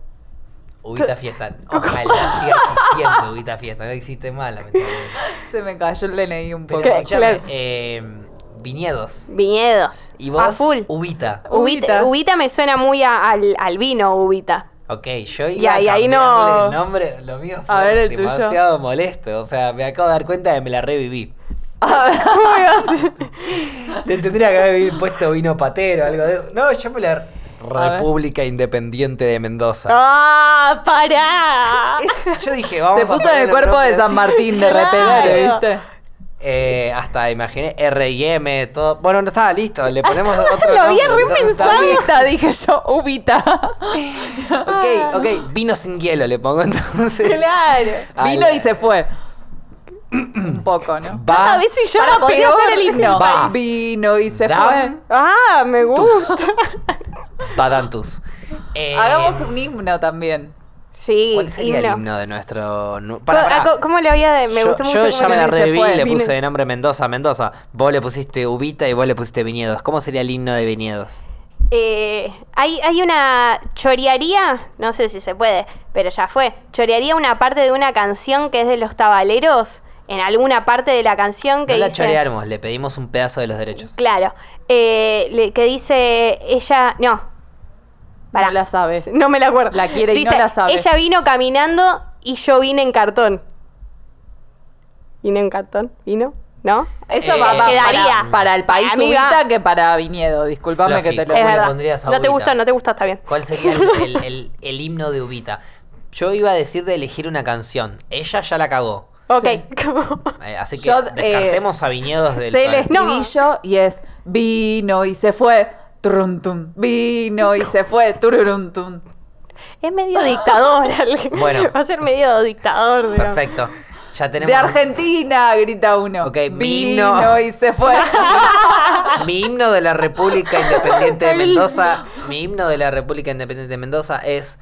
Ubita Fiesta. Ojalá siga existiendo Ubita Fiesta. No existe más, lamentablemente. Se me cayó el DNI un Pero poco. ¿Qué? escuchame, claro. eh, viñedos. Viñedos. Ah, Y vos, A full. Ubita. Ubita. Ubita. Ubita me suena muy a- al, al vino, Ubita. Ok, yo iba Y ahí- ahí no- cambiándole el nombre, lo mío fue A ver, el tuyo. demasiado molesto. O sea, me acabo de dar cuenta de que me la reviví. Te tendría que haber puesto vino patero, algo de eso. No, yo me la... ver. República Independiente de Mendoza. ¡Ah, pará! Es- yo dije, vamos Se a puso en ponerle el cuerpo nombre de San así. Martín de repente, Claro. ¿viste? Eh, hasta imaginé R&M, todo. Bueno, no estaba listo, le ponemos otro Ah, lo había nombre, entonces está repensado. bien. Ubita, dije yo, Ubita. Ok, ok, vino sin hielo le pongo entonces. Claro. Al- Vino y se fue. Un poco, ¿no? Va, A ver Ah, si yo Para, no podría podría hacer ser el himno. Va. Vino y se Dam- Ah, me gusta. Badantus. Eh, fue. Hagamos un himno también. Sí, ¿Cuál sería himno. el himno de nuestro... nu- Co- Pará, ah, pará. co- ¿Cómo le había de.? Me yo, gustó yo mucho. cómo ya me la dice reviví fue. y le Vino. puse de nombre Mendoza, Mendoza. Vos le pusiste Ubita y vos le pusiste Viñedos. ¿Cómo sería el himno de Viñedos? Eh, hay, hay una chorearía, no sé si se puede, pero ya fue. Chorearía una parte de una canción que es de los tabaleros, en alguna parte de la canción que No la dice. choreamos, le pedimos un pedazo de los derechos. Claro, eh, le- que dice ella, no, Pará. No la Eh. sabes. no me la acuerdo. La quiere y Dice, no la sabe. Ella vino caminando y yo vine en cartón. ¿Vino en cartón? ¿Vino? ¿no? Eso Eh, va más quedaría. para, para el país Amiga. ubita que para Viñedo. Disculpame Fluffy. que te lo ¿Cómo es le verdad. pondrías a no te Ubita? gusta, no te gusta, está bien. ¿Cuál sería el, el- el- el himno de Ubita? Yo iba a decir de elegir una canción. Ella ya la cagó. Ok. Eh, así que Yo, eh, descartemos a viñedos del Sé el país. estribillo y es vino y se fue. Turun, tum. Vino y se fue. Turun, tum. es medio dictador. el- Bueno. Va a ser medio dictador. pero- Perfecto. Ya tenemos. De Argentina, grita uno. Ok, vino. vino. y se fue. Mi himno de la República Independiente de Mendoza. Mi himno de la República Independiente de Mendoza es.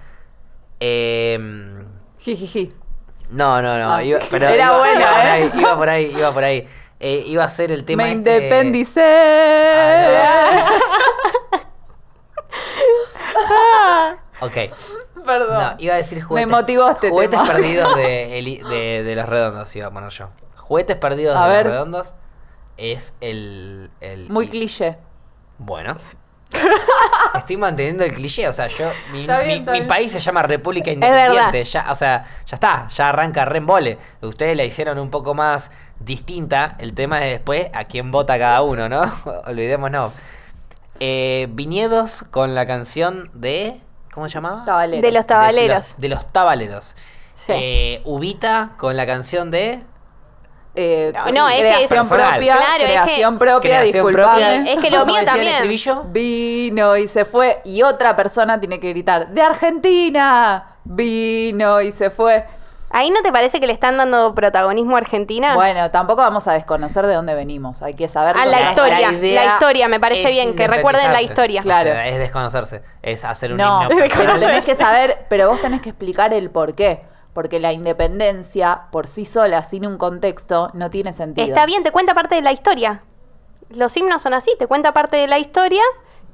em, Jijiji. no, no, no. Ah. Iba, pero Era iba, bueno, iba por ¿eh? ahí, iba por ahí, iba por ahí. Eh, iba a ser el tema Me este- independicé. Ah, no. Ok. No, Perdón. iba a decir juguetes. Me motivó este Juguetes tema. perdidos de, Eli- de- de los redondos, iba a poner yo. Juguetes perdidos A de ver. los redondos es el. el- Muy y- cliché. Bueno. Estoy manteniendo el cliché, o sea, yo. Mi, Está bien, mi- está mi bien. país se llama República Independiente. verdad. Ya, o sea, ya está, ya arranca rembole. Ustedes la hicieron un poco más distinta. El tema es después a quién vota cada uno, ¿no? Olvidémonos. Eh, viñedos con la canción de. ¿Cómo se llamaba? Tabaleros. De los tabaleros. De, de los tabaleros. Sí. Eh, Ubita con la canción de. Eh, No, no, es que es creación personal. propia. Claro, es que- creación propia, creación disculpame. propia. es que lo ¿Cómo mío decía el también. estribillo? Vino y se fue. Y otra persona tiene que gritar, ¡de Argentina! Vino y se fue. ¿Ahí no te parece que le están dando protagonismo a Argentina? Bueno, tampoco vamos a desconocer de dónde venimos. Hay que saber A dónde- la historia, idea la historia, me parece es bien, que recuerden la independizarse. historia. Claro. O sea, es desconocerse, es hacer un No, himno pero personal. tenés que saber, pero vos tenés que explicar el por qué. Porque la independencia, por sí sola, sin un contexto, no tiene sentido. Está bien, te cuenta parte de la historia. Los himnos son así, te cuenta parte de la historia,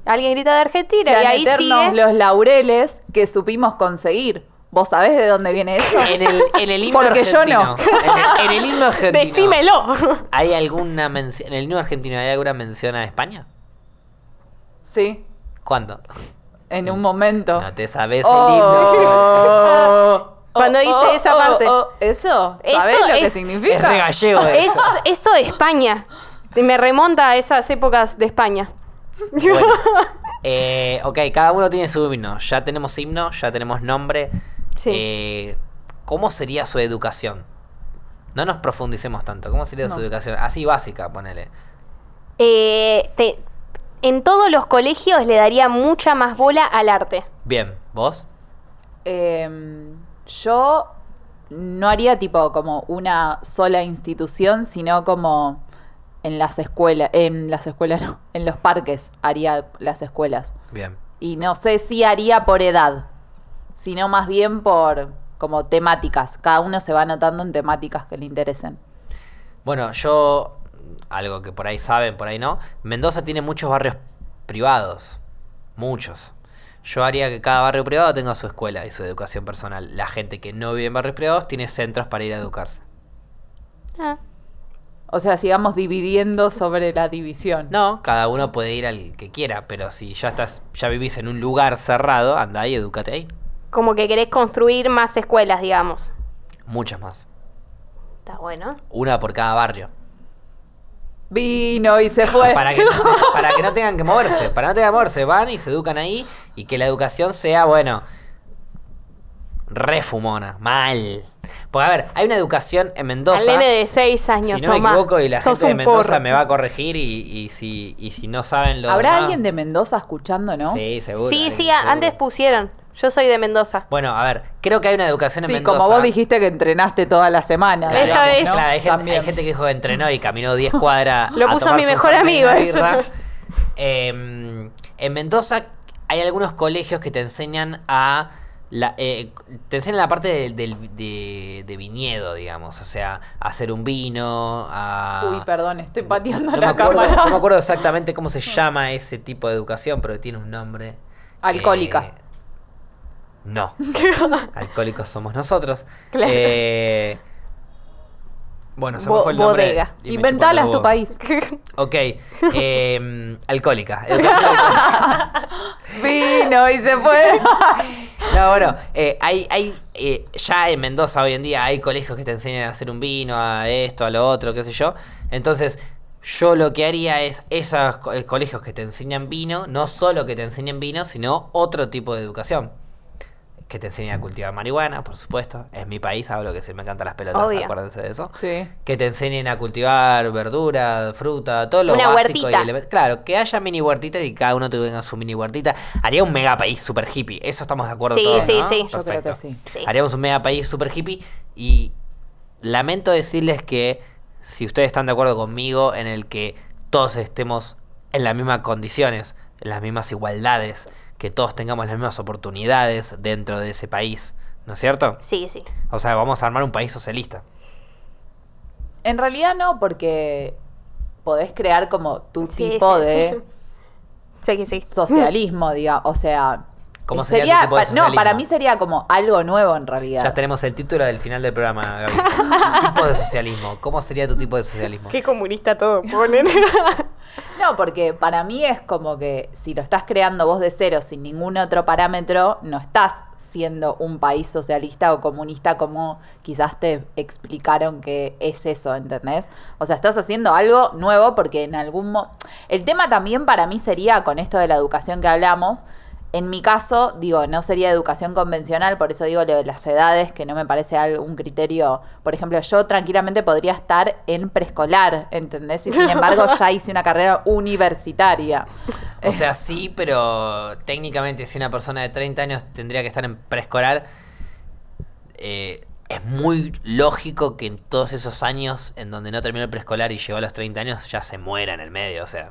alguien grita de Argentina y Sean ahí eternos sigue. los laureles que supimos conseguir. ¿Vos sabés de dónde viene eso? En el, en el himno Porque yo argentino. no. En el, en el himno argentino. Decímelo. ¿Hay alguna mención en el himno argentino hay alguna mención a España? Sí, ¿Cuándo? en un momento. No te sabes el himno. Oh. Cuando dice esa parte. ¿Eso? Eso ¿Sabés lo que es- Es significa? de gallego Es, eso. esto de España. Me remonta a esas épocas de España. Bueno, eh, ok, cada uno tiene su himno. Ya tenemos himno, ya tenemos nombre. Sí. Eh, ¿Cómo sería su educación? No nos profundicemos tanto. ¿Cómo sería su No. educación? Así básica, ponele. Eh, te- en todos los colegios le daría mucha más bola al arte. Bien, ¿vos? Eh, yo no haría tipo como una sola institución, sino como en las escuelas, en las escuelas no, en los parques haría las escuelas. Bien. Y no sé si haría por edad, sino más bien por como temáticas. Cada uno se va anotando en temáticas que le interesen. Bueno, yo, algo que por ahí saben, por ahí no, Mendoza tiene muchos barrios privados, muchos. Yo haría que cada barrio privado tenga su escuela y su educación personal. La gente que no vive en barrios privados tiene centros para ir a educarse. Ah, O sea, sigamos dividiendo sobre la división. No, cada uno puede ir al que quiera, pero si ya estás, ya vivís en un lugar cerrado, andá y edúcate ahí. como que querés construir más escuelas, digamos. Muchas más. Está bueno. Una por cada barrio. Vino y se fue. Para que, no se- para que no tengan que moverse, para no tengan que moverse, van y se educan ahí y que la educación sea, bueno, refumona, mal. Porque a ver, hay una educación en Al Mendoza. nene de 6 años, si no me tomá. equivoco, y la Sos gente de un Mendoza porro. me va a corregir y, y si, y si no saben lo ¿Habrá demás- alguien de Mendoza escuchándonos? Sí, seguro. Sí, alguien, sí, seguro. antes pusieron. Yo soy de Mendoza. Bueno, a ver, creo que hay una educación en Sí, Mendoza. como vos dijiste que entrenaste toda la semana. Claro, Esa digamos, es. ¿no? claro, hay, gente, También. hay gente que dijo que entrenó y caminó 10 cuadras. Lo puso tomarse mi un mejor fernet y una amigo, eso. birra. Eh, en Mendoza hay algunos colegios que te enseñan a. la- eh, te enseñan la parte del- del- de, de viñedo, digamos. O sea, a hacer un vino, a. Uy, perdón, estoy pateando No me, la acuerdo, cámara. no me acuerdo exactamente cómo se llama ese tipo de educación, pero tiene un nombre. Alcohólica. Eh, no. Alcohólicos somos nosotros. Claro. Eh, bueno, se me Bo- fue el nombre. bodega. y me Inventalas chupó tu el huevo. país. Ok. eh, alcohólica. Educación alcohólica. Vino y se fue. No, No, bueno, eh, hay, hay eh, ya en Mendoza hoy en día hay colegios que te enseñan a hacer un vino, a esto, a lo otro, qué sé yo. Entonces, yo lo que haría es esos co- eh, colegios que te enseñan vino, no solo que te enseñen vino, sino otro tipo de educación. Que te enseñen a cultivar marihuana, por supuesto. Es mi país, hablo que se me encantan las pelotas, Obvio. acuérdense de eso Sí. que te enseñen a cultivar verdura, fruta, todo lo Una básico huertita. y elemen- Claro, que haya mini huertitas y cada uno tenga su mini huertita. Haría un mega país super hippie, eso estamos de acuerdo Sí, todos, sí, ¿no? sí. Yo creo que Perfecto. sí. Sí. Haríamos un mega país super hippie y lamento decirles que si ustedes están de acuerdo conmigo en el que todos estemos en las mismas condiciones, en las mismas igualdades, que todos tengamos las mismas oportunidades dentro de ese país, ¿no es cierto? Sí, sí. O sea, vamos a armar un país socialista. En realidad no, porque podés crear como tu Sí, tipo sí, de sí, Sí, que sí. socialismo, diga, o sea, ¿Cómo y sería tu tipo de pa- no, socialismo? para mí sería como algo nuevo en Ya realidad. tenemos el título del final del programa, Gaby. Tu tipo de socialismo. ¿Cómo sería tu tipo de socialismo? Qué comunista todo ponen. No, porque para mí es como que si lo estás creando vos de cero sin ningún otro parámetro, no estás siendo un país socialista o comunista como quizás te explicaron que es eso, ¿entendés? O sea, estás haciendo algo nuevo porque en algún mo- el tema también para mí sería con esto de la educación que hablamos, en mi caso, digo, no sería educación convencional, por eso digo lo de las edades, que no me parece algo- un criterio. Por ejemplo, yo tranquilamente podría estar en preescolar, ¿entendés? Y sin embargo, ya hice una carrera universitaria. O sea, sí, pero técnicamente si una persona de 30 años tendría que estar en preescolar, eh, es muy lógico que en todos esos años en donde no terminó el preescolar y llegó a los 30 años ya se muera en el medio. O sea,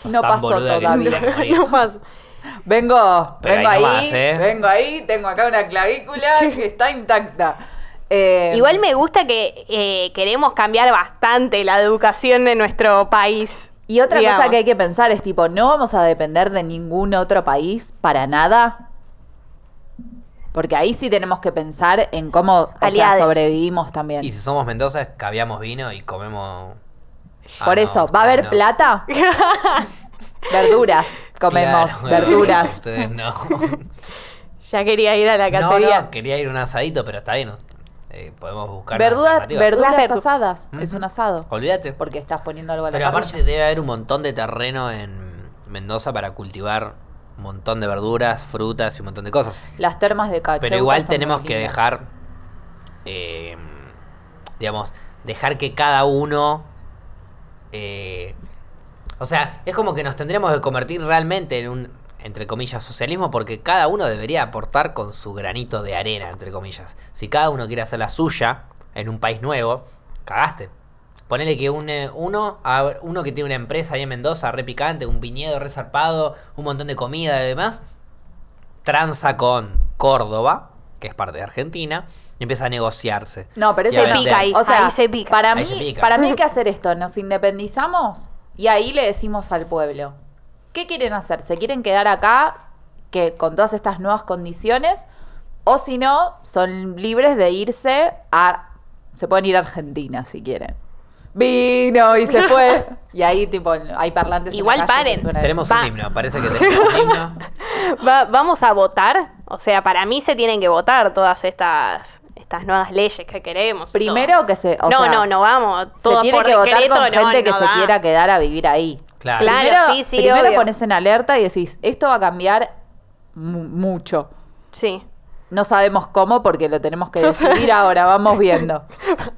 sos No tan pasó boluda que todavía. te querés morir. no más. Vengo, Pero vengo ahí ahí, nomás, ¿eh? vengo ahí, tengo acá una clavícula que está intacta. Eh, Igual me gusta que eh, queremos cambiar bastante la educación de nuestro país. Y otra digamos. cosa que hay que pensar es tipo, no vamos a depender de ningún otro país para nada. Porque ahí sí tenemos que pensar en cómo o sea, Aliades. sobrevivimos también. Y si somos Mendoza, caviamos vino y comemos... Ah, Por no, eso, ¿va a ustedes haber no. plata? verduras, comemos, Claro, verduras. ustedes no. Ya quería ir a la No, cacería. no, quería ir a un asadito, pero está bien. eh, podemos buscar más Verduras, alternativas. verduras Las verdu- asadas. Ujú. Es un asado. Olvídate. Porque estás poniendo algo a la Pero parrilla. aparte debe haber un montón de terreno en Mendoza para cultivar un montón de verduras, frutas y un montón de cosas. Las termas de cachorro. Pero igual tenemos que dejar, eh, digamos, dejar que cada uno... eh, o sea, es como que nos tendríamos que convertir realmente en un, entre comillas, socialismo porque cada uno debería aportar con su granito de arena, entre comillas. Si cada uno quiere hacer la suya en un país nuevo, cagaste. Ponele que un, eh, uno, a- uno que tiene una empresa ahí en Mendoza, re picante, un viñedo re zarpado, un montón de comida y demás, tranza con Córdoba, que es parte de Argentina, y empieza a negociarse. No, pero Y eso a no. vender. pica ahí. O sea, ahí se pica. Para Ahí mí, se pica. para mí hay que hacer esto. Nos independizamos y ahí le decimos al pueblo. ¿Qué quieren hacer? ¿Se quieren quedar acá que con todas estas nuevas condiciones? O si no, son libres de irse a... Se pueden ir a Argentina si quieren. Vino y se fue. Y ahí tipo hay parlantes. en la Igual calle que paren. suena eso. Tenemos Va. un himno, parece que tenemos un himno. Va- ¿Vamos a votar? O sea, para mí se tienen que votar todas estas, estas nuevas leyes que queremos. y todo. Primero que se... o no, sea, no, no vamos. Se Todo tiene por que votar decreto, con gente no, que no se da. quiera quedar a vivir ahí. Claro. Claro. primero, sí, sí, primero obvio. pones en alerta y decís, esto va a cambiar mu- mucho. Sí. No sabemos cómo porque lo tenemos que Yo sé. decidir ahora, vamos viendo.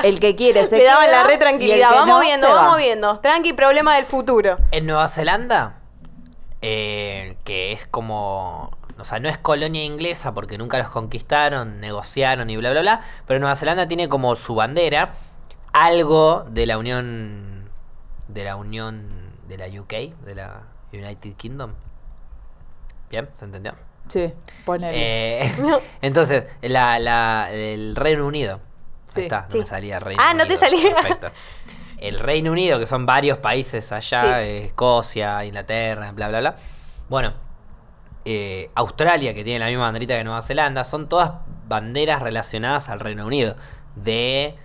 El que quiere se Le daban queda la y re el tranquilidad. que Vamos no, viendo, se va. vamos viendo. Tranqui, problema del futuro. En Nueva Zelanda, eh, que es como. O sea, no es colonia inglesa porque nunca los conquistaron, negociaron y bla, bla, bla. Pero Nueva Zelanda tiene como su bandera algo de la Unión. De la Unión. De la UK, de la United Kingdom. ¿Bien? ¿Se entendió? Sí, ponele. Eh, entonces, la, la- el Reino Unido. Ahí Sí. está, no Sí. me salía Reino Ah, no te Unido, salía. Perfecto. El Reino Unido, que son varios países allá, Sí. eh, Escocia, Inglaterra, bla, bla, bla. Bueno, eh, Australia, que tiene la misma banderita que Nueva Zelanda, son todas banderas relacionadas al Reino Unido. De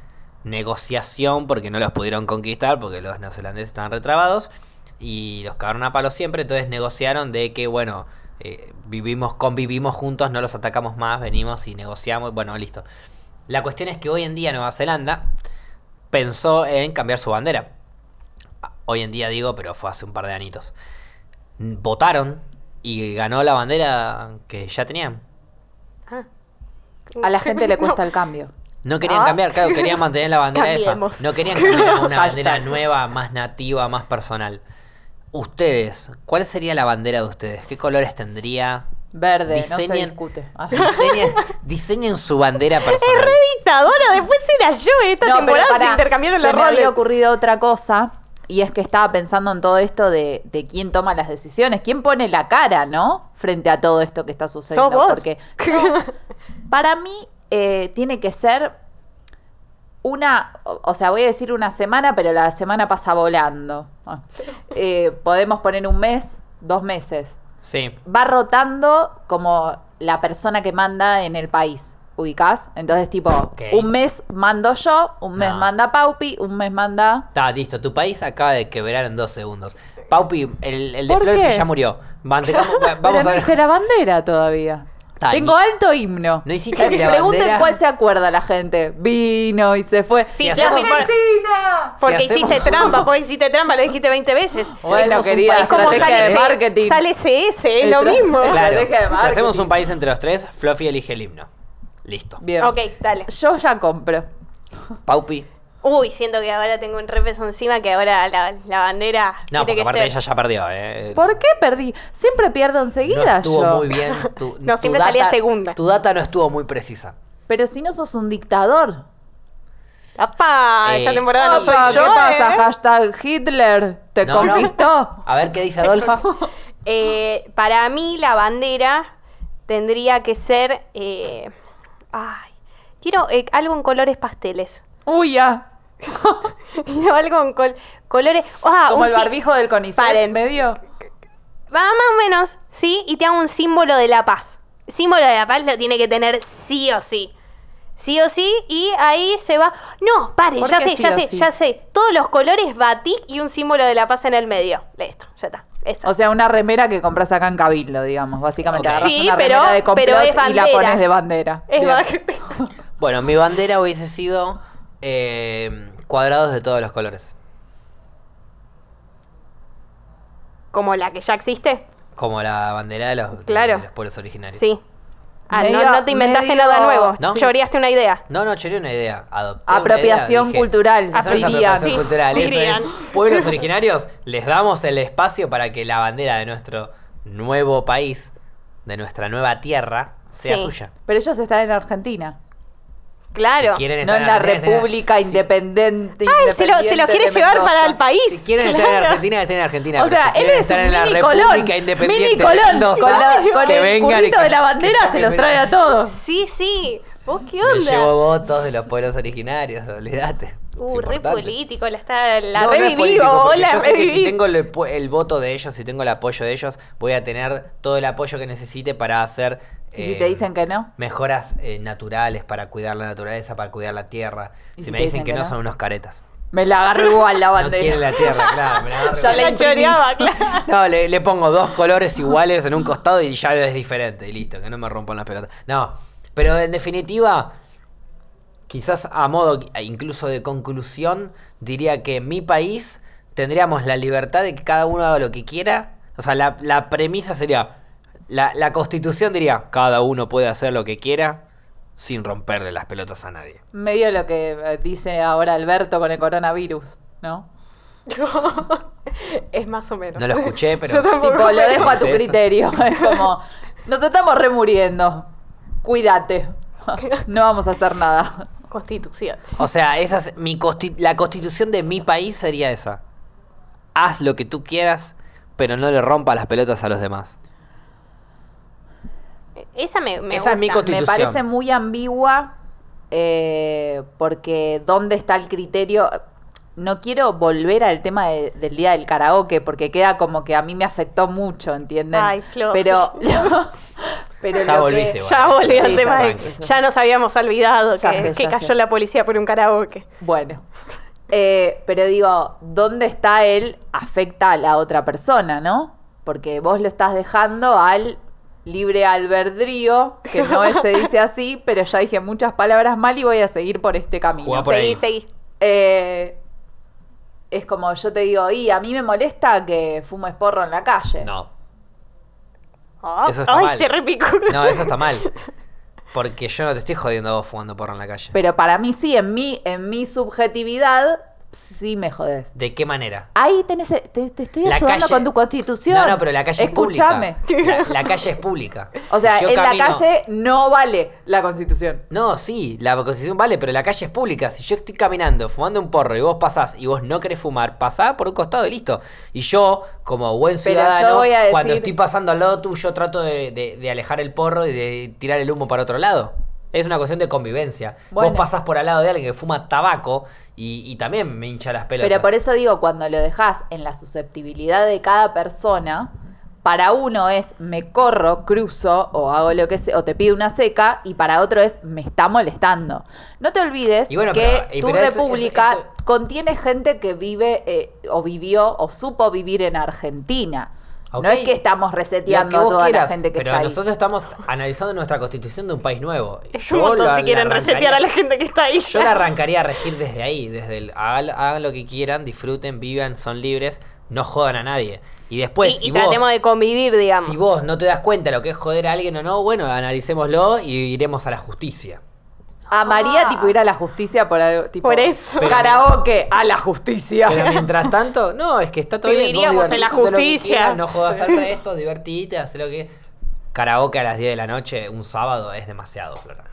negociación, porque no los pudieron conquistar, porque los neozelandeses estaban retrabados. Y los cagaron a palo siempre, entonces negociaron de que, bueno, eh, vivimos, convivimos juntos, no los atacamos más, venimos y negociamos, bueno, listo. La cuestión es que hoy en día Nueva Zelanda pensó en cambiar su bandera. Hoy en día digo, pero fue hace un par de anitos. Votaron y ganó la bandera que ya tenían. Ah. A la gente le cuesta No. el cambio. No querían Ah. cambiar, claro, querían mantener la bandera esa. Cambiemos. No querían cambiar a una Hashtag. bandera nueva, más nativa, más personal. Ustedes, ¿cuál sería la bandera de ustedes? ¿Qué colores tendría? Verde, no se Diseñen- discute. Diseñen, diseñen su bandera personal. Dictadora, después era yo. Esta No, pero temporada se pará, intercambiaron se los me había roles. ocurrido otra cosa y es que estaba pensando en todo esto de, de quién toma las decisiones, quién pone la cara, ¿no? Frente a todo esto que está sucediendo. ¿Sos vos? Porque para mí eh, tiene que ser una, o o sea, voy a decir una semana, pero la semana pasa volando. Ah. Eh, podemos poner un mes, dos meses. Sí. va rotando como la persona que manda en el país. ¿Ubicás? Entonces, tipo, un mes mando yo, un mes No. manda Paupi, un mes manda. Está, listo. Tu país acaba de quebrar en dos segundos. Paupi, el, el de ¿Por Flores qué? ya murió. Mantengamos- va- vamos Pero a no ver. hice la bandera todavía. Está, Tengo ni- alto himno. No hiciste ni la Pregunten bandera. cuál se acuerda la gente. Vino y se fue. Si ¡La hacemos- Argentina! Porque Si hacemos hiciste un- trampa, vos hiciste trampa, lo dijiste 20 veces. Bueno, hacemos un querida, país Es como estrategia sale, de marketing. sale CS, es lo Estra- mismo. Claro. Estrategia de Si hacemos marketing. un país entre los tres, Fluffy elige el himno. Listo. Bien. Ok, dale. Yo ya compro. Paupi. Uy, siento que ahora tengo un repeso encima que ahora la, la bandera No, tiene porque que aparte ser. ella ya perdió, ¿eh? ¿Por qué perdí? Siempre pierdo No enseguida estuvo yo. muy bien. Tu, No, tu siempre data- salía segunda. Tu data no estuvo muy precisa. Pero si no sos un dictador. ¡Apa! Eh, Esta temporada no soy Opa, yo. ¿Qué pasa? ¿eh? Hashtag Hitler. ¿Te No, no. conquistó? A ver qué dice Adolfa. Eh, para mí la bandera tendría que ser... eh, ay, quiero eh, algo en colores pasteles. Uy, ya. Quiero algo en col- colores... Ah, Como un el sí- barbijo del CONICET. Paren. en medio. Va, más o menos, ¿sí? Y te hago un símbolo de la paz. Símbolo de la paz lo tiene que tener sí o sí. Sí o sí, y ahí se va. No, paren, ¿Por ya qué sé, sí ya o sé, sí? ya sé. Todos los colores batik y un símbolo de la paz en el medio. Listo, ya está. Eso. O sea, una remera que compras acá en Cabildo, digamos. Básicamente, Ok. agarras Sí, una pero- remera de complot pero es y la bandera. pones de bandera. es Bien. verdad que- Bueno, mi bandera hubiese sido eh, cuadrados de todos los colores. Como la que ya existe. Como la bandera de los, de Claro. los pueblos originarios. Sí. Ah, no- Medio- no, te inventaste medio- nada nuevo. ¿No? Choreaste una idea. No, no, sería una idea. Adopté Apropiación una idea, cultural, Eso no es dirían. apropiación Sí, cultural. eso dirían. es. Pueblos originarios, les damos el espacio para que la bandera de nuestro nuevo país, de nuestra nueva tierra, sea Sí. suya. Pero ellos están en Argentina. Claro. Si quieren No estar en la Argentina, estén en- República si- Independiente. Ah, se lo, se lo Independiente quiere de llevar Mendoza. para el país. Si quieren estar en Argentina, estén en Argentina. O pero sea, si él quieren es estar un en la mini República Colón. Independiente Mini de Colón. Mendoza, Con, la- con que el vengan y currito que- de la que bandera se los vengan. trae a todos. Sí, sí. ¿Vos qué Me onda? llevo votos de los pueblos originarios, olvídate. Uh, Es re importante. político, la está la No, no es reviví, político, vos, porque la yo sé que si reviví. tengo el, pu- el voto de ellos, si tengo el apoyo de ellos, voy a tener todo el apoyo que necesite para hacer Y si eh, te dicen que no. mejoras eh, naturales, para cuidar la naturaleza, para cuidar la tierra. ¿Y Si, si me te dicen que, no, son unos caretas. Me la agarro igual la No quieren bandera. la tierra, claro. me la agarro Ya igual. la La choreaba, claro. No, le, le pongo dos colores iguales en un costado y ya es diferente. Y listo, que no me rompan las pelotas. No, pero en definitiva, quizás a modo e incluso de conclusión, diría que en mi país tendríamos la libertad de que cada uno haga lo que quiera. O sea, la, la premisa sería, la, la constitución diría, cada uno puede hacer lo que quiera sin romperle las pelotas a nadie. Medio lo que eh, dice ahora Alberto con el coronavirus, ¿no? Es más o menos. No lo escuché, pero... Yo tampoco. Tipo, lo dejo a tu Entonces- criterio. Es como, nos estamos remuriendo. Cuídate. No vamos a hacer nada. Constitución. O sea, esa es mi consti- la constitución de mi país sería esa. Haz lo que tú quieras, pero no le rompa las pelotas a los demás. Esa me, me Esa es mi gusta. constitución. Me parece muy ambigua eh, porque ¿dónde está el criterio? No quiero volver al tema de- del día del karaoke porque queda como que a mí me afectó mucho, ¿entienden? Ay, Flor. Pero, pero Ya lo que- volviste, Ya Bueno, volví al sí, tema ya de- tranqui. Ya nos habíamos olvidado Ya que, sé, que ya cayó sé. la policía por un karaoke. Bueno, Eh, pero digo, ¿dónde está él? Afecta a la otra persona, ¿no? Porque vos lo estás dejando al libre albedrío, que no es- se dice así, pero ya dije muchas palabras mal y voy a seguir por este Jugá camino. por Seguí, ahí. seguí. Eh, es como yo te digo, y a mí me molesta que fumes porro en la calle. No, Oh, Ah, Eso está ay, mal. se repicó. no, eso está mal. Porque yo no te estoy jodiendo a vos fumando porro en la calle. Pero para mí sí, en mi, en mi subjetividad, sí me jodés. ¿De qué manera? Ahí tenés, te, te estoy La ayudando calle- con tu constitución. No, no, pero la calle Escúchame. es pública. La, la calle es pública. O sea, Si yo en camino- la calle no vale la constitución. No, sí, la constitución vale, pero la calle es pública. Si yo estoy caminando, fumando un porro y vos pasás y vos no querés fumar, pasá por un costado y listo. Y yo, como buen Pero yo ciudadano, voy a decir- cuando estoy pasando al lado tuyo, trato de, de- de alejar el porro y de tirar el humo para otro lado. Es una cuestión de convivencia. Bueno. Vos pasás por al lado de alguien que fuma tabaco y, y también me hincha las pelotas. Pero por eso digo, cuando lo dejas en la susceptibilidad de cada persona, para uno es me corro, cruzo o hago lo que sea, o te pido una seca, y para otro es me está molestando. No te olvides Y bueno, que pero- y tu pero eso- república eso- eso- contiene gente que vive eh, o vivió o supo vivir en Argentina. Ok. No es que estamos Lo reseteando que a vos toda quieras, la gente que pero está ahí. nosotros estamos analizando nuestra constitución de un país nuevo. Es Yo un montón la- si la quieren arrancaría- resetear a la gente que está ahí. Yo la arrancaría a regir desde ahí, desde el hagan, hagan lo que quieran, disfruten, vivan, son libres, no jodan a nadie. Y después, y, pues, si, y vos, tratemos de convivir, digamos. si vos no te das cuenta lo que es joder a alguien o no, bueno, analicémoslo y iremos a la justicia. A María, Ah. tipo, ir a la justicia por algo. Tipo, Por eso. Pero- Karaoke, a la justicia. Pero mientras tanto, no, es que está todo bien. vos Viviríamos en la divertite lo que justicia. quieras, no jodas al resto, divertite, haz lo que... Karaoke a las 10 de la noche, un sábado, es demasiado, Flora.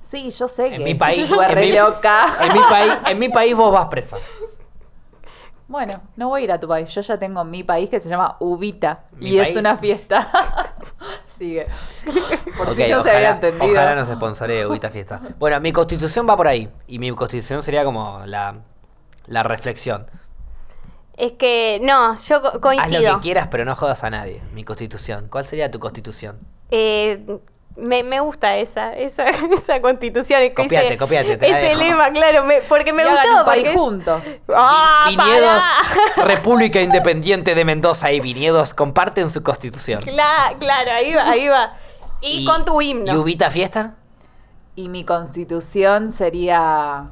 Sí, yo sé que. En mi país... Fue en re mi- loca. En mi, país, en mi país vos vas presa. Bueno, no voy a ir a tu país. Yo ya tengo mi país que se llama Ubita. Mi y país. es una fiesta. Sigue. Por Ok, si no se ojalá- había entendido. Ojalá nos sponsoree Ubita Fiesta. Bueno, mi constitución va por ahí. Y mi constitución sería como la, la reflexión. Es que, no, yo co- Haz lo coincido. que quieras, pero no jodas a nadie. Mi constitución. ¿Cuál sería tu constitución? Eh, me, me gusta esa, esa, esa constitución. es que Copiate, ese- copiate, te la Ese dejo. lema, claro, me- porque me Y hagan gustó. un país porque es- juntos. ¡Ah, Vi- Viñedos, pará! República Independiente de Mendoza y Viñedos comparten su constitución. Cla- claro, ahí va, ahí va. Y, con tu himno. ¿Y Ubita Fiesta? Y mi constitución sería.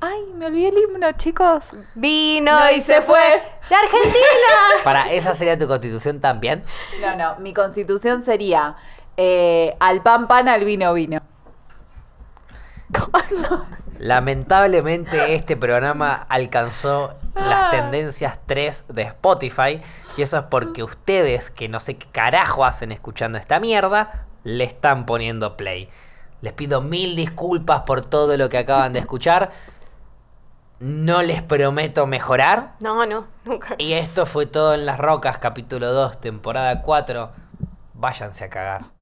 Ay, me olvidé el himno, chicos. Vino No, y se fue. ¡De Argentina! Para, ¿esa sería tu constitución también? No, no. Mi constitución sería. eh, al pan pan, al vino vino. Lamentablemente este programa alcanzó las tendencias 3 de Spotify y eso es porque ustedes que no sé qué carajo hacen escuchando esta mierda, le están poniendo play. Les pido mil disculpas por todo lo que acaban de escuchar. No les prometo mejorar. no, no, nunca. Y esto fue todo en Las Rocas, capítulo 2, temporada 4. Váyanse a cagar.